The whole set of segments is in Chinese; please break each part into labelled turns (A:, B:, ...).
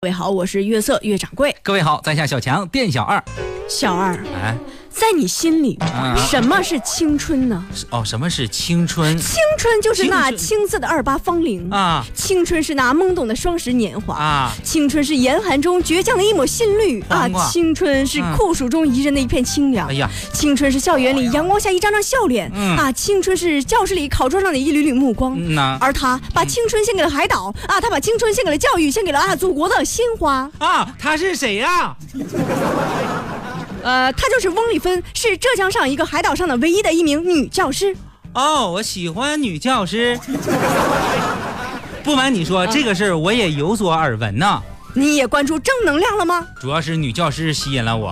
A: 各位好，我是月色月掌柜
B: 各位好，在下小强，店小二。
A: 小二，
B: 哎，
A: 在你心里，
B: 啊
A: 什么是青春呢？
B: 是哦，什么是青春
A: 青春就是那
B: 青春
A: 青涩的二八芳龄，
B: 啊
A: 青春是那懵懂的双十年华。
B: 啊？
A: 青春是严寒中倔强的一抹新绿啊
B: 黄瓜！
A: 青春是
B: 嗯
A: 酷暑中宜人的一片清凉
B: 哎。呀，哎
A: 青春是校园里阳光下一张张笑脸
B: 嗯
A: 啊！青春是教室里考桌上的一缕缕目光。
B: 嗯呐
A: 而他把青春献给了海岛啊，他把青春献给了教育，献给了啊祖国的鲜花。
B: 啊，他是谁呀、
A: 呃，她就是翁丽芬，是浙江上一个海岛上的唯一的一名女教师。
B: 哦，我喜欢女教师。不瞒你说，这个事儿我也有所耳闻呐。
A: 你也关注正能量了吗？
B: 主要是女教师吸引了我。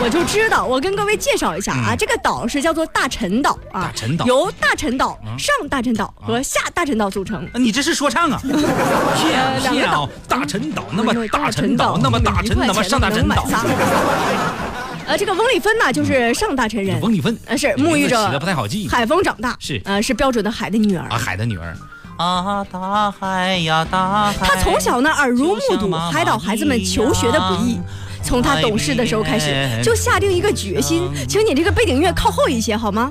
A: 我就知道，我跟各位介绍一下啊，这个岛是叫做大陈岛啊，
B: 嗯大陈岛
A: 由大陈岛、
B: 嗯
A: 上大陈岛和下大陈岛组成。
B: 啊你这是说唱啊？
A: 呃
B: 是
A: 两个
B: 啊
A: 岛，
B: 大陈岛，那
A: 哎呦
B: 么大陈岛，那么大陈，那么上大陈岛。。
A: 一块钱都不能买仨 呃，这个翁丽芬呢，就是上大陈人，
B: 翁丽芬，
A: 呃，是
B: 你名
A: 沐
B: 字
A: 浴
B: 起的不
A: 着
B: 太好记
A: 海风长大，
B: 嗯是
A: 呃，是标准的海的女
B: 啊，
A: 儿。
B: 海的女儿。啊，大海呀，大海。
A: 她从小呢耳濡目睹海岛孩子们求学的不易，从她懂事的时候开始，就下定一个决心，请你这个背景音乐靠后一些好吗？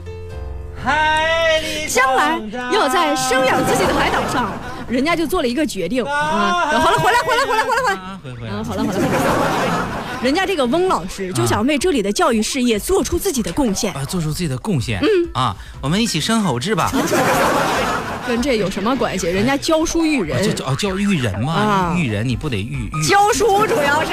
B: 海里
A: 将来要在生养自己的海岛上，人家就做了一个决定啊。好了，回来，回来，回来，回来，回来。
B: 嗯来，回回
A: 嗯，
B: 来。
A: 好了，好了。人家这个翁老师就想为这里的教育事业做出自己的贡献，
B: 啊，做出自己的贡献。嗯啊，我们一起生吼制吧。
A: 嗯跟这有什么关系？人家教书育
B: 啊这
A: 人，
B: 这哦叫育人嘛
A: 啊，
B: 育人你不得育育。
A: 教书主要是，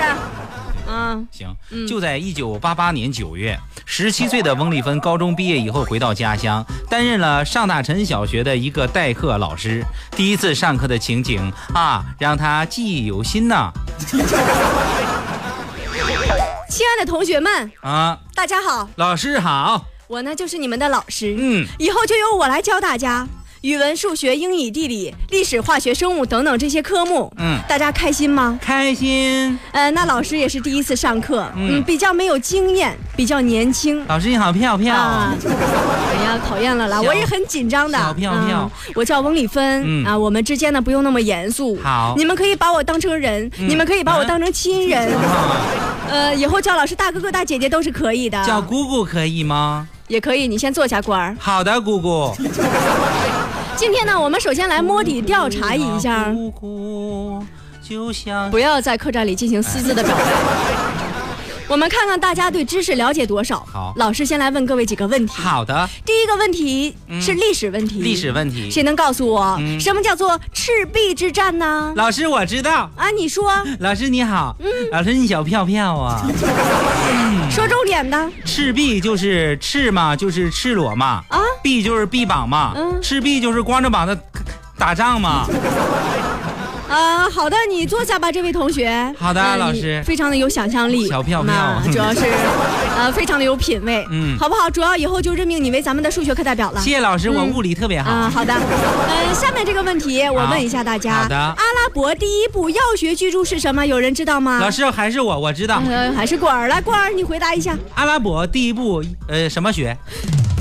A: 啊，
B: 行，就在一九八八年九月，十七岁的翁丽芬高中毕业以后回到家乡，担任了上大陈小学的一个代课老师。第一次上课的情景啊，让她记忆犹新呐
A: 亲爱的同学们，
B: 啊！
A: 大家好，
B: 老师好，
A: 我呢就是你们的老师，
B: 嗯，
A: 以后就由我来教大家语文、数学、英语、地理、历史、化学、生物等等这些科目。
B: 嗯
A: 大家开心吗？
B: 开心。
A: 呃，那老师也是第一次上课，
B: 嗯
A: 嗯，比较没有经验，比较年轻。
B: 老师你好，票票。
A: 啊，哎呀，考验了啦！
B: 小
A: 我也很紧张的。
B: 小票
A: 嗯
B: 票
A: 我叫翁丽芬、
B: 嗯
A: 啊，我们之间呢不用那么严肃。
B: 好
A: 你们可以把我当成人，
B: 嗯
A: 你们可以把我
B: 嗯
A: 当成亲人，
B: 啊
A: 呃，以后叫老师大哥哥大姐姐都是可以的，
B: 叫姑姑可以吗？
A: 也可以。你先坐下，官儿。
B: 好的，姑姑。
A: 今天呢，我们首先来摸底调查一下，
B: 姑姑就像
A: 不要在客栈里进行私自的表白。我们看看大家对知识了解多少。
B: 好
A: 老师先来问各位几个问题。
B: 好的
A: 第一个问题是历史问题。
B: 历史问题。
A: 谁能告诉我、
B: 嗯
A: 什么叫做赤壁之战呢？
B: 老师，我知道。
A: 啊，你说
B: 老师你好，
A: 嗯
B: 老师你小票票啊，
A: 说重点的。
B: 赤壁就是赤嘛，就是赤裸嘛，
A: 啊
B: 臂就是臂膀嘛，
A: 嗯
B: 赤壁就是光着膀子打仗嘛，
A: 啊，好的，你坐下吧，这位同学。
B: 好的
A: 呃
B: 老
A: 你
B: 师
A: 非常的有想象力，
B: 小票票
A: 那主要是，呃，非常的有品味，
B: 嗯
A: 好不好？主要以后就任命你为咱们的数学课代表了。
B: 谢谢老师，我
A: 嗯
B: 物理特别好。
A: 啊，好的，嗯，下面这个问题我问一下大家，
B: 好的
A: 阿拉伯第一部药学巨著是什么？有人知道吗？
B: 老师还是我，我知道、
A: 呃，还是管儿来，管儿你回答一下，
B: 阿拉伯第一部呃什么学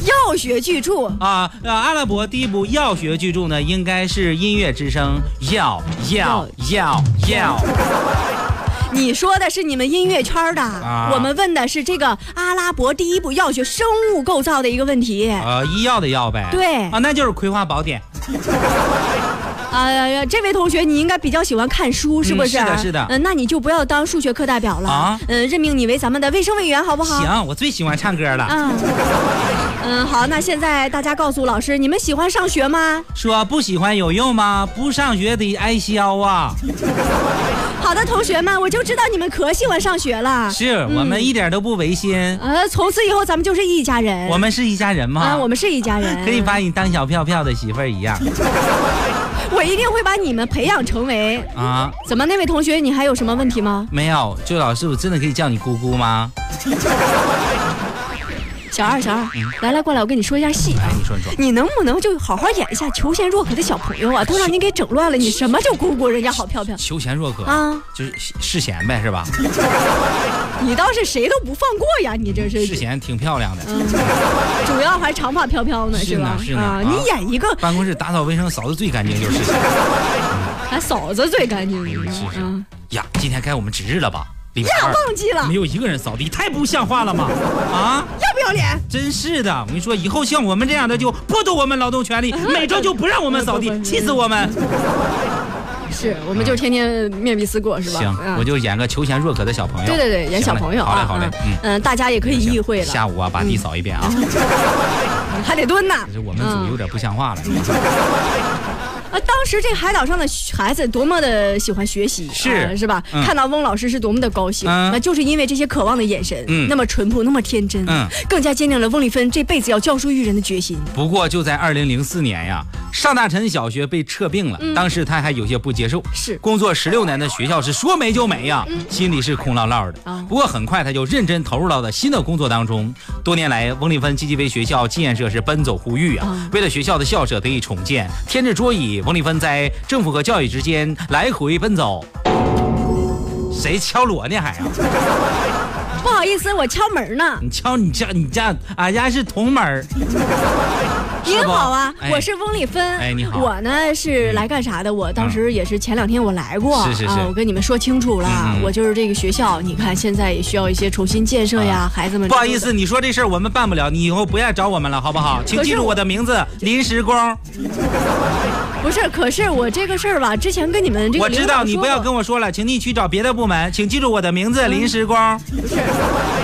A: 药学巨著，
B: 啊？呃，阿拉伯第一部药学巨著呢，应该是《音乐之声》药药药药
A: 你说的是你们音乐圈儿的，
B: 啊
A: 我们问的是这个阿拉伯第一部药学生物构造的一个问题，
B: 呃医药的药呗。
A: 对啊
B: 啊，那就是《葵花宝典》。
A: 呃，这位同学，你应该比较喜欢看书，是不是？
B: 是的是的
A: 嗯、那你就不要当数学课代表了。
B: 啊
A: 嗯、任命你为咱们的卫生委员，好不好？。
B: 行，我最喜欢唱歌了。
A: 啊。嗯，好，那现在大家告诉老师，你们喜欢上学吗？
B: 说不喜欢有用吗？不上学得挨削啊！
A: 嗯好的，同学们，我就知道你们可喜欢上学了。
B: 是我们一点都不违心，
A: 呃，从此以后咱们就是一家人。
B: 我们是一家人
A: 啊、
B: 嘛，
A: 我们是一家人。
B: 可以把你当小票票的媳妇儿一样
A: 我一定会把你们培养成为。
B: 啊。
A: 怎么，那位同学，你还有什么问题吗？
B: 没有，就老师，我真的可以叫你姑姑吗？
A: 小二，小二，来来过来，我跟你说一下戏。
B: 嗯哎，你说你说，
A: 你能不能就好好演一下求贤若渴的小朋友啊？都让你给整乱了，你什么就姑姑人家好漂漂
B: 求贤若渴，
A: 嗯啊？
B: 就是世贤呗，是吧？
A: 你倒是谁都不放过呀！你这
B: 世
A: 是，
B: 贤挺漂亮的，
A: 主要还长发飘飘呢，
B: 是呢
A: 吧
B: 是？呢
A: 啊
B: 啊，
A: 你演一个
B: 办公室打扫卫生扫的最干净就是世贤。
A: 咱啊嫂子最干净
B: 是是
A: 嗯，
B: 呀，今天该我们值日了吧？礼拜
A: 呀，
B: 二
A: 忘记了嗯
B: 没，有一个人扫地，太不像话了嘛！啊，
A: 要不要脸？
B: 真是的，我跟你说，以后像我们这样的就剥夺我们劳动权利，每周就不让我们扫
A: 嗯不嗯
B: 地，
A: 不
B: 气死我们！
A: 是，我们就天天面壁思过，是吧？
B: 嗯行，我
A: 就
B: 就演个求贤若渴的小朋友。
A: 嗯对对对，演
B: 行
A: 小
B: 嘞
A: 朋友
B: 好嘞
A: 啊，
B: 好嘞，
A: 嗯
B: 嗯，
A: 嗯，大家也可以意会了，嗯
B: 下午啊，把地扫一遍啊。
A: 还得蹲呐
B: 这。我们组有点不像话了。
A: 啊，当时这海岛上的孩子多么的喜欢学习，
B: 是
A: 啊是吧？
B: 嗯
A: 看到翁老师是多么的高兴，
B: 嗯
A: 那就是因为这些渴望的眼神，
B: 嗯
A: 那么淳朴，那么天真，
B: 嗯
A: 更加坚定了翁丽芬这辈子要教书育人的决心。
B: 不过就在二零零四年呀，上大陈小学被撤并了，当时他还有些不接受。
A: 是
B: 工作十六年的学校是说没就没呀，心里是空落落的。
A: 啊
B: 不过很快他就认真投入到了新的工作当中。多年来，翁立芬积极为学校建设是奔走呼吁啊。
A: 啊
B: 为了学校的校舍得以重建，天着桌椅，翁立芬在政府和教育之间来回奔走。谁敲锣呢？还啊？
A: 不好意思，我敲门呢。
B: 你敲你家你家俺家是同门儿。
A: 您好啊，
B: 哎
A: 我是翁丽芬。
B: 哎你好嗯
A: 我呢是来干啥的？我当时也是前两天我来过，
B: 是是是
A: 啊，我跟你们说清楚了，
B: 嗯嗯
A: 我就是这个学校，你看现在也需要一些重新建设呀，孩子们。
B: 啊不好意思，，你说这事儿我们办不了，你以后不要找我们了，好不好？请
A: 可是
B: 记住
A: 我
B: 我的名字临时工。
A: 不是，可是我这个事儿吧，之前跟你们这个
B: 我知
A: 领导
B: 道你
A: 说嗯
B: 不要
A: 过
B: 跟我说了，请你去找别的部门，请记住我的名字临时工。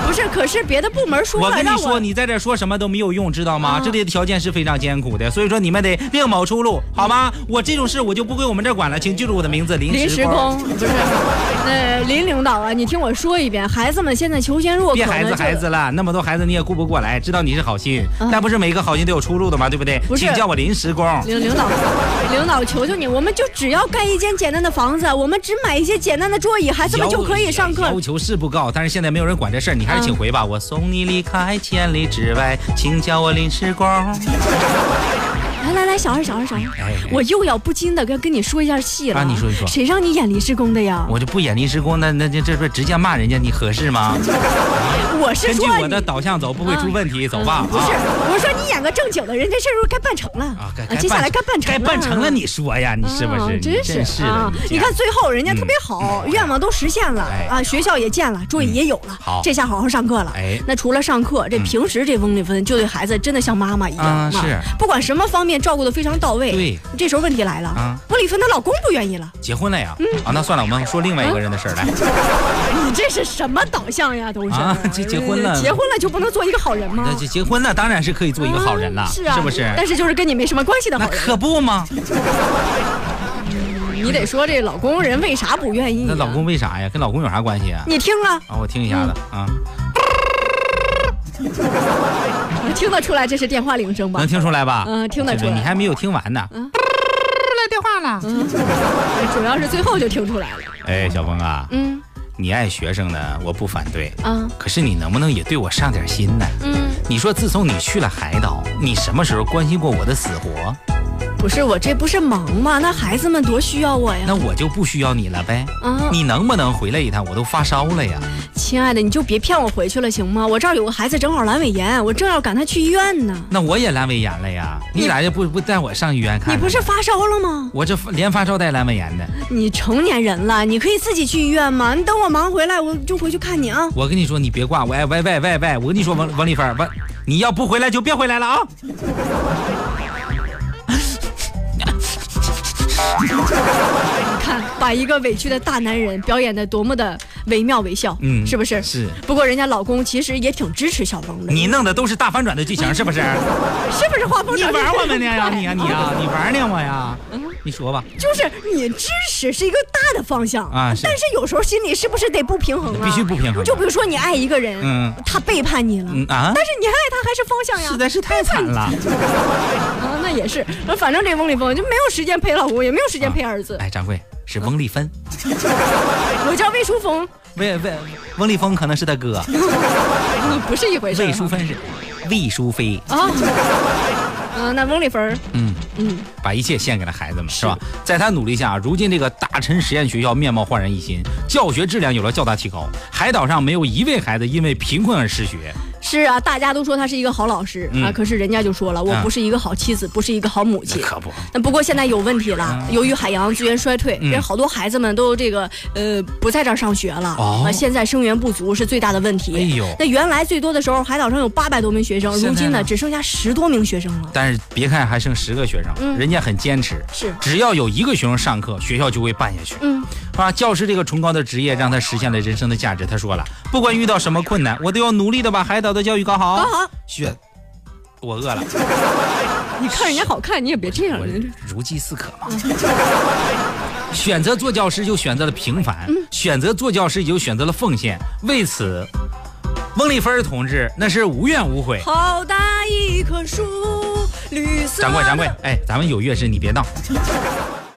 A: 不是，可是别的部门说
B: 我
A: 了，
B: 跟你
A: 让
B: 说，你在这说什么都没有用，知道
A: 啊
B: 吗？这里的条件是非常艰苦的，所以说你们得另谋出路，好吗？我这种事我就不归我们这管了，请记住我的名字临
A: 临时
B: 时
A: 工不是， 呃，林领导啊，你听我说一遍，孩子们现在求贤若渴
B: 别
A: 呢，
B: 孩子
A: 就嗯
B: 孩子了，那么多孩子你也顾不过来，知道你是好心，但不是每一个好心都有出路的嘛，对不对？
A: 不是
B: 请叫我临时工。
A: 领领导，领导，求求你，我们就只要盖一间简单的房子，我们只买一些简单的桌椅，孩子们就可以上课啊
B: 要。求是不高，但是现在没有人管这事儿，你还是请回吧。我送你离开千里之外，请叫我临时工。
A: 来来来，小二，小二，小二，
B: 哎
A: 我又要不禁的跟跟你说一下戏了。
B: 啊你说你说
A: 谁让你演临时工的呀？
B: 我就不演临时工，那那这这不是直接骂人家，你合 适吗？
A: 我是
B: 根据
A: 说啊
B: 我
A: 你
B: 的导向走，不会出问题，走吧。
A: 不是，
B: 啊
A: 我说你演个正经的人，这事儿该办成了
B: 啊，该
A: 接下来该办成
B: 该
A: 哎了，
B: 办成了，你说呀，你是不
A: 啊
B: 是？你
A: 真
B: 真是的
A: 啊，！
B: 这
A: 你
B: 样
A: 看最后人家特别好，
B: 嗯
A: 愿望都实现了
B: 哎
A: 啊，学校也建了，桌椅也有了，
B: 好
A: 这下好好上课了。
B: 哎
A: 那除了上课，这
B: 嗯
A: 平时这翁丽芬就对孩子真的像妈妈一样
B: 啊是
A: 不管什么方面照顾的非常到位。
B: 对，
A: 这时候问题来了
B: 啊，
A: 翁丽芬她老公不愿意了，
B: 结婚了呀？
A: 嗯
B: 啊，那算了，我们说另外一个人的事儿来。
A: 你这是什么导向呀？都是
B: 啊这结婚了
A: 结婚了就不能做一个好人吗
B: 那？就结婚了，当然是可以做一个好人了，
A: 啊是啊，
B: 不是？
A: 但是嗯就是跟你没什么关系的
B: 那
A: 好人，
B: 可不吗？
A: 你得说这老公人为啥不愿意？啊
B: 那老，公为啥呀？跟老公有啥关系啊？
A: 你听啊，
B: 啊，我听一下子啊，
A: 听得出来这是电话铃声吧
B: 能？听出来吧？
A: 嗯听得出来
B: 这个你还没有听完呢。
A: 主要是最后就听出来了。
B: 哎，小峰啊，
A: 嗯
B: 你爱学生呢，我不反对。
A: 啊
B: 可是你能不能也对我上点心呢？
A: 嗯，
B: 你说自从你去了海岛，你什么时候关心过我的死活？
A: 不是我这不是忙吗？那孩子们多需要我呀
B: 那。我就不需要你了呗。
A: 啊，
B: 你能不能回来一趟？我都发烧了呀！
A: 亲爱的，你就别骗我回去了，行吗？我这儿有个孩子正好阑尾炎，我正要赶他去医院呢。
B: 那我也阑尾炎了呀！你
A: 你
B: 咋就不不带我上医院看看？
A: 你不是发烧了吗？
B: 我这连发烧带阑尾炎的。
A: 你成年人了，你可以自己去医院吗？你等我忙回来，我就回去看你啊。
B: 我跟你说，你别挂，我哎喂喂喂喂！我跟你说，王王丽芬，王，你要不回来就别回来了啊！
A: 你看，把一个委屈的大男人表演的多么的惟妙惟肖，
B: 嗯
A: 是不是？
B: 是
A: 不过人家老公其实也挺支持小峰的，
B: 你弄的都是大反转的剧情，是不是？
A: 是不是画风
B: 你
A: 转变
B: 玩
A: 得
B: 我们呢
A: 快
B: 呀？你啊呀、你呀、你玩呢我嗯呀？你说吧，
A: 就是你支持是一个大的方向
B: 啊是
A: 但是有时候心里是不是得不平衡啊？
B: 必须不平衡
A: 就比如说你爱一个人，
B: 嗯
A: 他背叛你了，
B: 嗯啊，
A: 但是你爱他还是方向呀。
B: 实在是太惨了。
A: 啊，那也是，反正这翁立峰就没有时间陪老公，也没有时间陪儿子。
B: 哎，掌柜是翁立芬，
A: 我叫魏淑峰，
B: 魏魏翁立峰可能是啊他哥，
A: 你嗯不是一回事儿
B: 魏
A: 哈。
B: 淑芬是魏淑妃。
A: 啊，嗯、那翁立芬，
B: 嗯，
A: 嗯，
B: 把一切献给了孩子们，是吧？在他努力下，如今这个大陈实验学校面貌焕然一新，教学质量有了较大提高。海岛上没有一位孩子因为贫困而失学，
A: 是啊，大家都说她是一个好老师、
B: 嗯
A: 啊，可是人家就说了，我
B: 啊
A: 不是一个好妻子，不是一个好母亲。
B: 可不，
A: 那不过现在有问题了，由于海洋资源衰退，
B: 嗯
A: 人好多孩子们都这个呃不在这儿上学了，
B: 哦
A: 啊，现在生源不足是最大的问题。
B: 哎呦
A: 那原来最多的时候海岛上有八百多名学生，
B: 现在
A: 如
B: 呢
A: 今呢只剩下十多名学生了。
B: 但是别看还剩十个学生，
A: 嗯
B: 人家很坚持，
A: 是
B: 只要有一个学生上课，学校就会办下去。
A: 嗯，
B: 啊，教师这个崇高的职业让他实现了人生的价值。他说了，不管遇到什么困难，我都要努力的把海岛的教育搞好。
A: 搞好，
B: 学，我饿 了，
A: 你看人家好看，你也别这样
B: 我
A: 人家
B: 如饥似 渴嘛。选择做教师就选择了平凡，
A: 嗯
B: 选择做教师就选择了奉献。为此，翁立芬同志那是无怨无悔。
A: 好大一棵树，绿色的。
B: 掌柜，掌柜，哎，咱们有乐事你别闹。